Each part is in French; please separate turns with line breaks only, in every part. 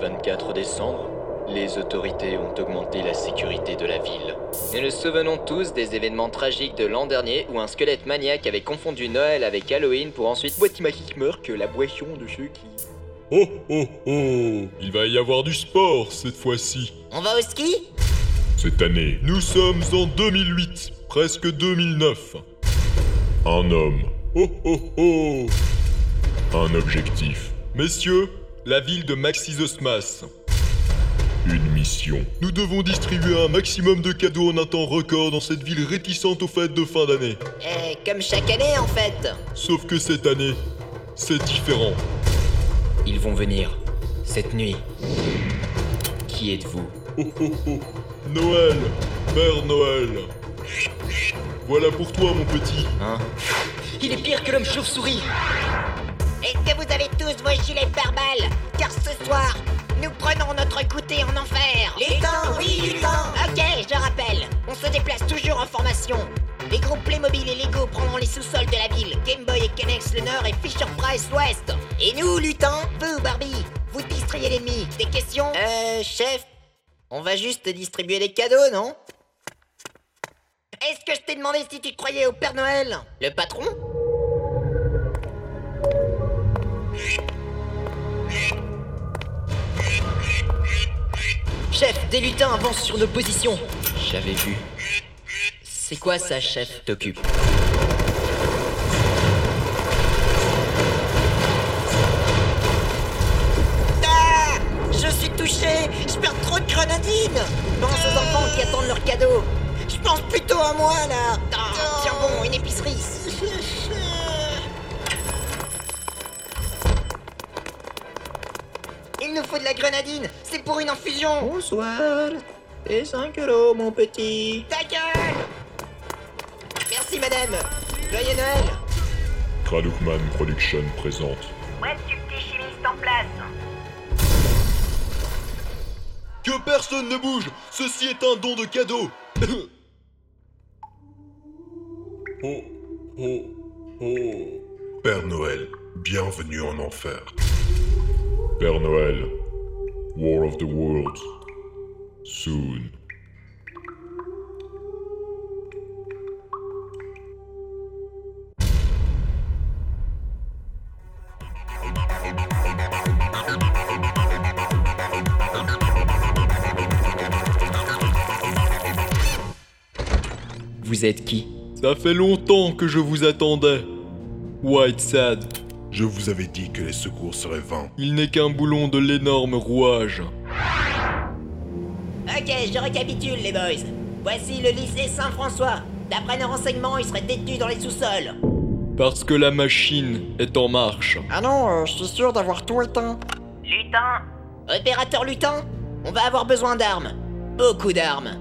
24 décembre, les autorités ont augmenté la sécurité de la ville. Nous nous souvenons tous des événements tragiques de l'an dernier où un squelette maniaque avait confondu Noël avec Halloween pour ensuite boîtimagiquement que la boisson de ceux qui...
Oh oh oh Il va y avoir du sport cette fois-ci.
On va au ski
Cette année, nous sommes en 2008, presque 2009. Un homme. Oh oh oh Un objectif. Messieurs, la ville de Maxisosmas. Une mission. Nous devons distribuer un maximum de cadeaux en un temps record dans cette ville réticente aux fêtes de fin d'année.
Eh, comme chaque année en fait
Sauf que cette année, c'est différent.
Ils vont venir, cette nuit. Qui êtes-vous
Oh oh oh Noël Père Noël Voilà pour toi mon petit.
Hein
Il est pire que l'homme chauve-souris Et que vous avez tous vos gilets pare-balles Car ce soir, nous prenons notre goûter en enfer Les temps, oui, les temps Ok, je rappelle, on se déplace toujours en formation les groupes Playmobil et Lego prendront les sous-sols de la ville, Game Boy et Kennex le nord et Fisher Price l'ouest. Et nous, lutins, vous, Barbie, vous distrayez l'ennemi. Des questions Euh, chef, on va juste distribuer les cadeaux, non Est-ce que je t'ai demandé si tu croyais au Père Noël Le patron Chef, des lutins avancent sur nos positions.
J'avais vu. C'est quoi ça, chef T'occupe.
Ah Je suis touché Je perds trop de grenadines Pense aux enfants qui attendent leurs cadeaux Je pense plutôt à moi là ah, Tiens bon, une épicerie Il nous faut de la grenadine C'est pour une infusion
Bonsoir. Et 5 euros, mon petit.
Ta gueule Merci madame Joyeux Noël
Kradukman Production présente.
Où est-ce que petit chimiste en place
Que personne ne bouge Ceci est un don de cadeau Oh, oh, oh.
Père Noël, bienvenue en enfer.
Père Noël, War of the Worlds. Soon.
Vous êtes qui
Ça fait longtemps que je vous attendais. White Sad,
Je vous avais dit que les secours seraient vains.
il n'est qu'un boulon de l'énorme rouage.
Ok, je récapitule les boys Voici le lycée Saint-François D'après nos renseignements, il serait détenu dans les sous-sols
Parce que la machine est en marche.
Ah non, euh, je suis sûr d'avoir tout éteint.
Lutin,
Opérateur lutin On va avoir besoin d'armes Beaucoup d'armes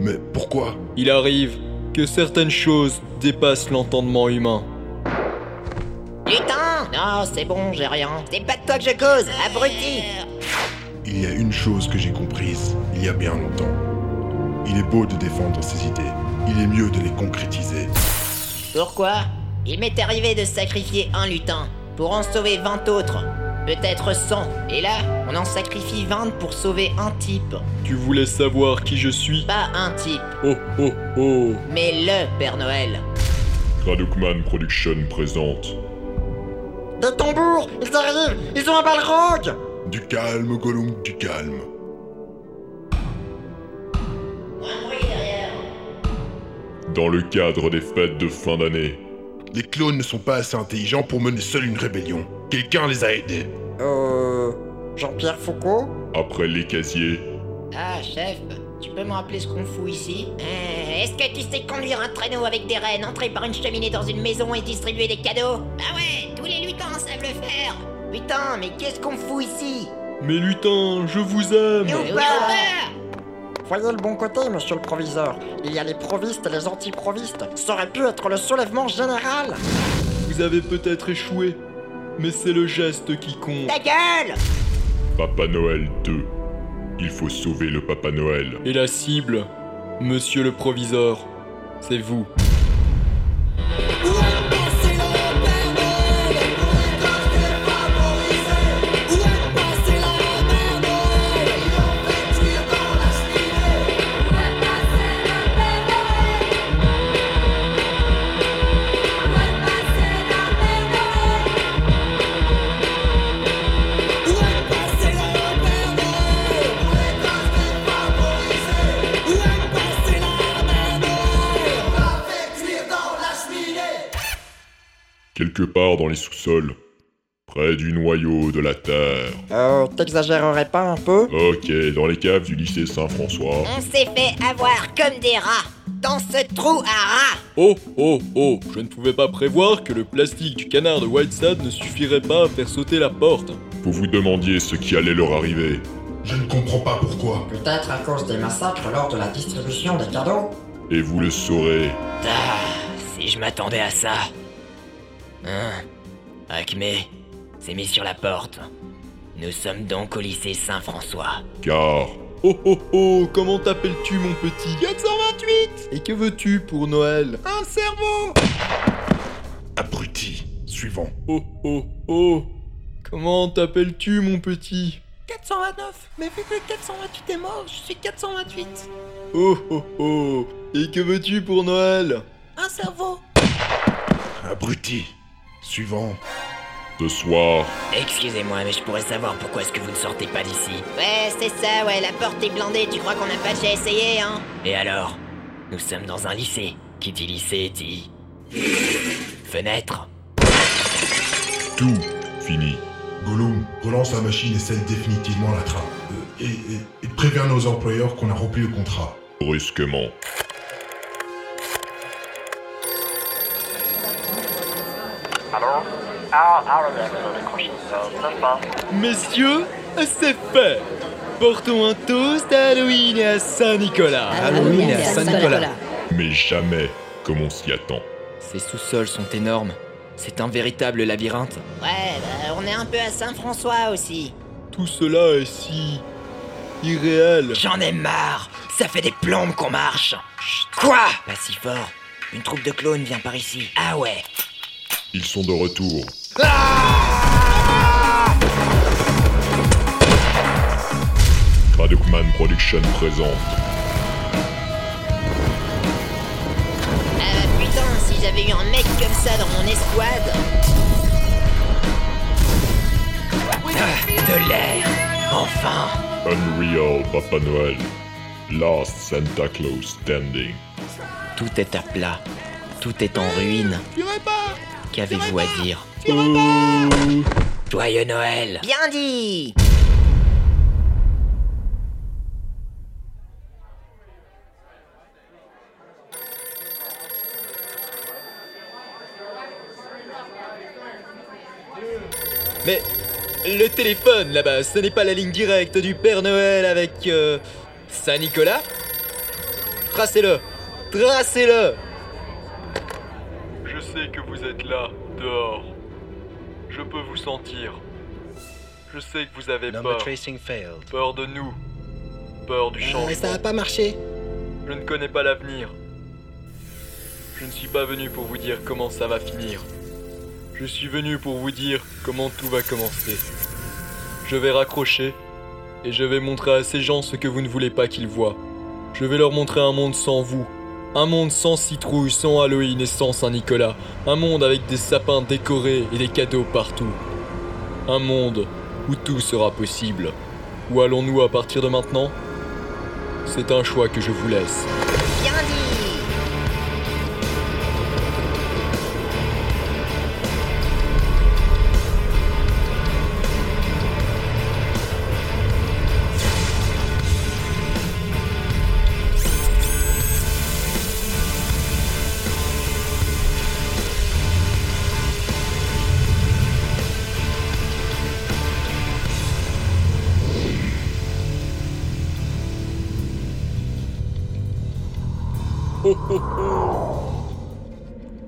Mais pourquoi
Il arrive que certaines choses dépassent l'entendement humain.
Lutin Non, c'est bon, j'ai rien. C'est pas de toi que je cause, abruti
Il y a une chose que j'ai comprise il y a bien longtemps. Il est beau de défendre ses idées. Il est mieux de les concrétiser.
Pourquoi Il m'est arrivé de sacrifier un lutin pour en sauver 20 autres. Peut-être 100. Et là, on en sacrifie 20 pour sauver un type.
Tu voulais savoir qui je suis
Pas un type,
Oh oh oh
mais le Père Noël.
Kradukman Production présente.
Des tambours Ils arrivent Ils ont un balrog
Du calme, Gollum, du calme.
Dans le cadre des fêtes de fin d'année,
Les clones ne sont pas assez intelligents pour mener seuls une rébellion. Quelqu'un les a aidés.
Euh... Jean-Pierre Foucault
après les casiers,
Ah, chef, tu peux me rappeler ce qu'on fout ici Euh, Est-ce que tu sais conduire un traîneau avec des rênes, entrer par une cheminée dans une maison et distribuer des cadeaux Bah ouais, tous les lutins savent le faire Putain, mais qu'est-ce qu'on fout ici Euh, Ah.
Mes lutins, je vous aime
Nous
Voyez le bon côté, monsieur le proviseur. Il y a les provistes et les antiprovistes. Ça aurait pu être le soulèvement général.
Vous avez peut-être échoué, mais c'est le geste qui compte.
Ta gueule
Papa Noël 2. Il faut sauver le Papa Noël. Et la cible, monsieur le proviseur, c'est vous.
Où est passé la
quelque part dans les sous-sols, près du noyau de la Terre.
Oh, t'exagérerais pas un peu
Ok, dans les caves du lycée Saint-François.
On s'est fait avoir comme des rats dans ce trou à rats.
Oh, oh, oh, je ne pouvais pas prévoir que le plastique du canard de Whiteside ne suffirait pas à faire sauter la porte.
Vous vous demandiez ce qui allait leur arriver.
Je ne comprends pas pourquoi.
Peut-être à cause des massacres lors de la distribution des cadeaux
Et vous le saurez.
Ah, Si je m'attendais à ça. Hein Acme s'est mis sur la porte. Nous sommes donc au lycée Saint-François.
Car,
Oh, oh, oh, comment t'appelles-tu, mon petit 428 Et que veux-tu pour Noël
Abruti. Suivant.
Oh, oh, oh Comment t'appelles-tu, mon petit 429 Mais vu que 428 est mort, je suis 428 Oh, oh, oh Et que veux-tu pour Noël
Abruti. Suivant.
ce soir,
Excusez-moi, mais je pourrais savoir pourquoi est-ce que vous ne sortez pas d'ici.
Ouais, c'est ça, ouais, la porte est blindée, tu crois qu'on n'a pas déjà essayé, hein
Et alors Nous sommes dans un lycée. Qui dit lycée dit. Fenêtre.
tout fini.
Gollum, relance la machine et scelle définitivement la trappe. Euh, et, et- et prévient nos employeurs qu'on a rempli le contrat.
Brusquement.
Messieurs, c'est fait Portons un toast à Halloween et à Saint-Nicolas
Halloween et à Saint-Nicolas.
Mais jamais comme on s'y attend.
Ces sous-sols sont énormes. C'est un véritable labyrinthe.
Ouais, bah, on est un peu à Saint-François aussi.
Tout cela est si... irréel
J'en ai marre Ça fait des plombes qu'on marche Quoi Pas si fort. Une troupe de clones vient par ici. Ah ouais
Ils sont de retour. Craddockman Production présente
Ah bah putain, si j'avais eu un mec comme ça dans mon escouade.
De l'air Enfin
Unreal Papa Noël, Last Santa Claus Standing.
Tout est à plat. Tout est en ruine. Qu'avez-vous à dire
Mmh.
Joyeux Noël
Bien dit
Mais le téléphone là-bas, ce n'est pas la ligne directe du Père Noël avec euh, Saint-Nicolas Tracez-le Tracez-le Je sais que vous êtes là, dehors. Je peux vous sentir. Je sais que vous avez peur. Peur de nous. Peur du changement.
Ah, Mais ça a pas marché.
Je ne connais pas l'avenir. Je ne suis pas venu pour vous dire comment ça va finir. Je suis venu pour vous dire comment tout va commencer. Je vais raccrocher et je vais montrer à ces gens ce que vous ne voulez pas qu'ils voient. Je vais leur montrer un monde sans vous. Un monde sans citrouille, sans Halloween et sans Saint-Nicolas. Un monde avec des sapins décorés et des cadeaux partout. Un monde où tout sera possible. Où allons-nous à partir de maintenant C'est un choix que je vous laisse.
Bien dit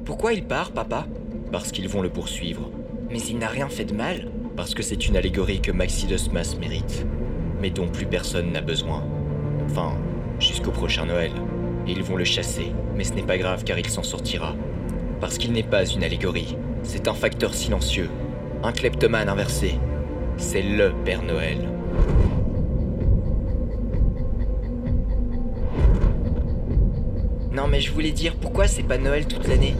Pourquoi il part, papa Parce qu'ils vont le poursuivre. Mais il n'a rien fait de mal. Parce que c'est une allégorie que Maxi Dosmas mérite, mais dont plus personne n'a besoin. Enfin, jusqu'au prochain Noël. Et ils vont le chasser, mais ce n'est pas grave car il s'en sortira. Parce qu'il n'est pas une allégorie, c'est un facteur silencieux, un kleptomane inversé. C'est le Père Noël. Non mais je voulais dire pourquoi c'est pas Noël toute l'année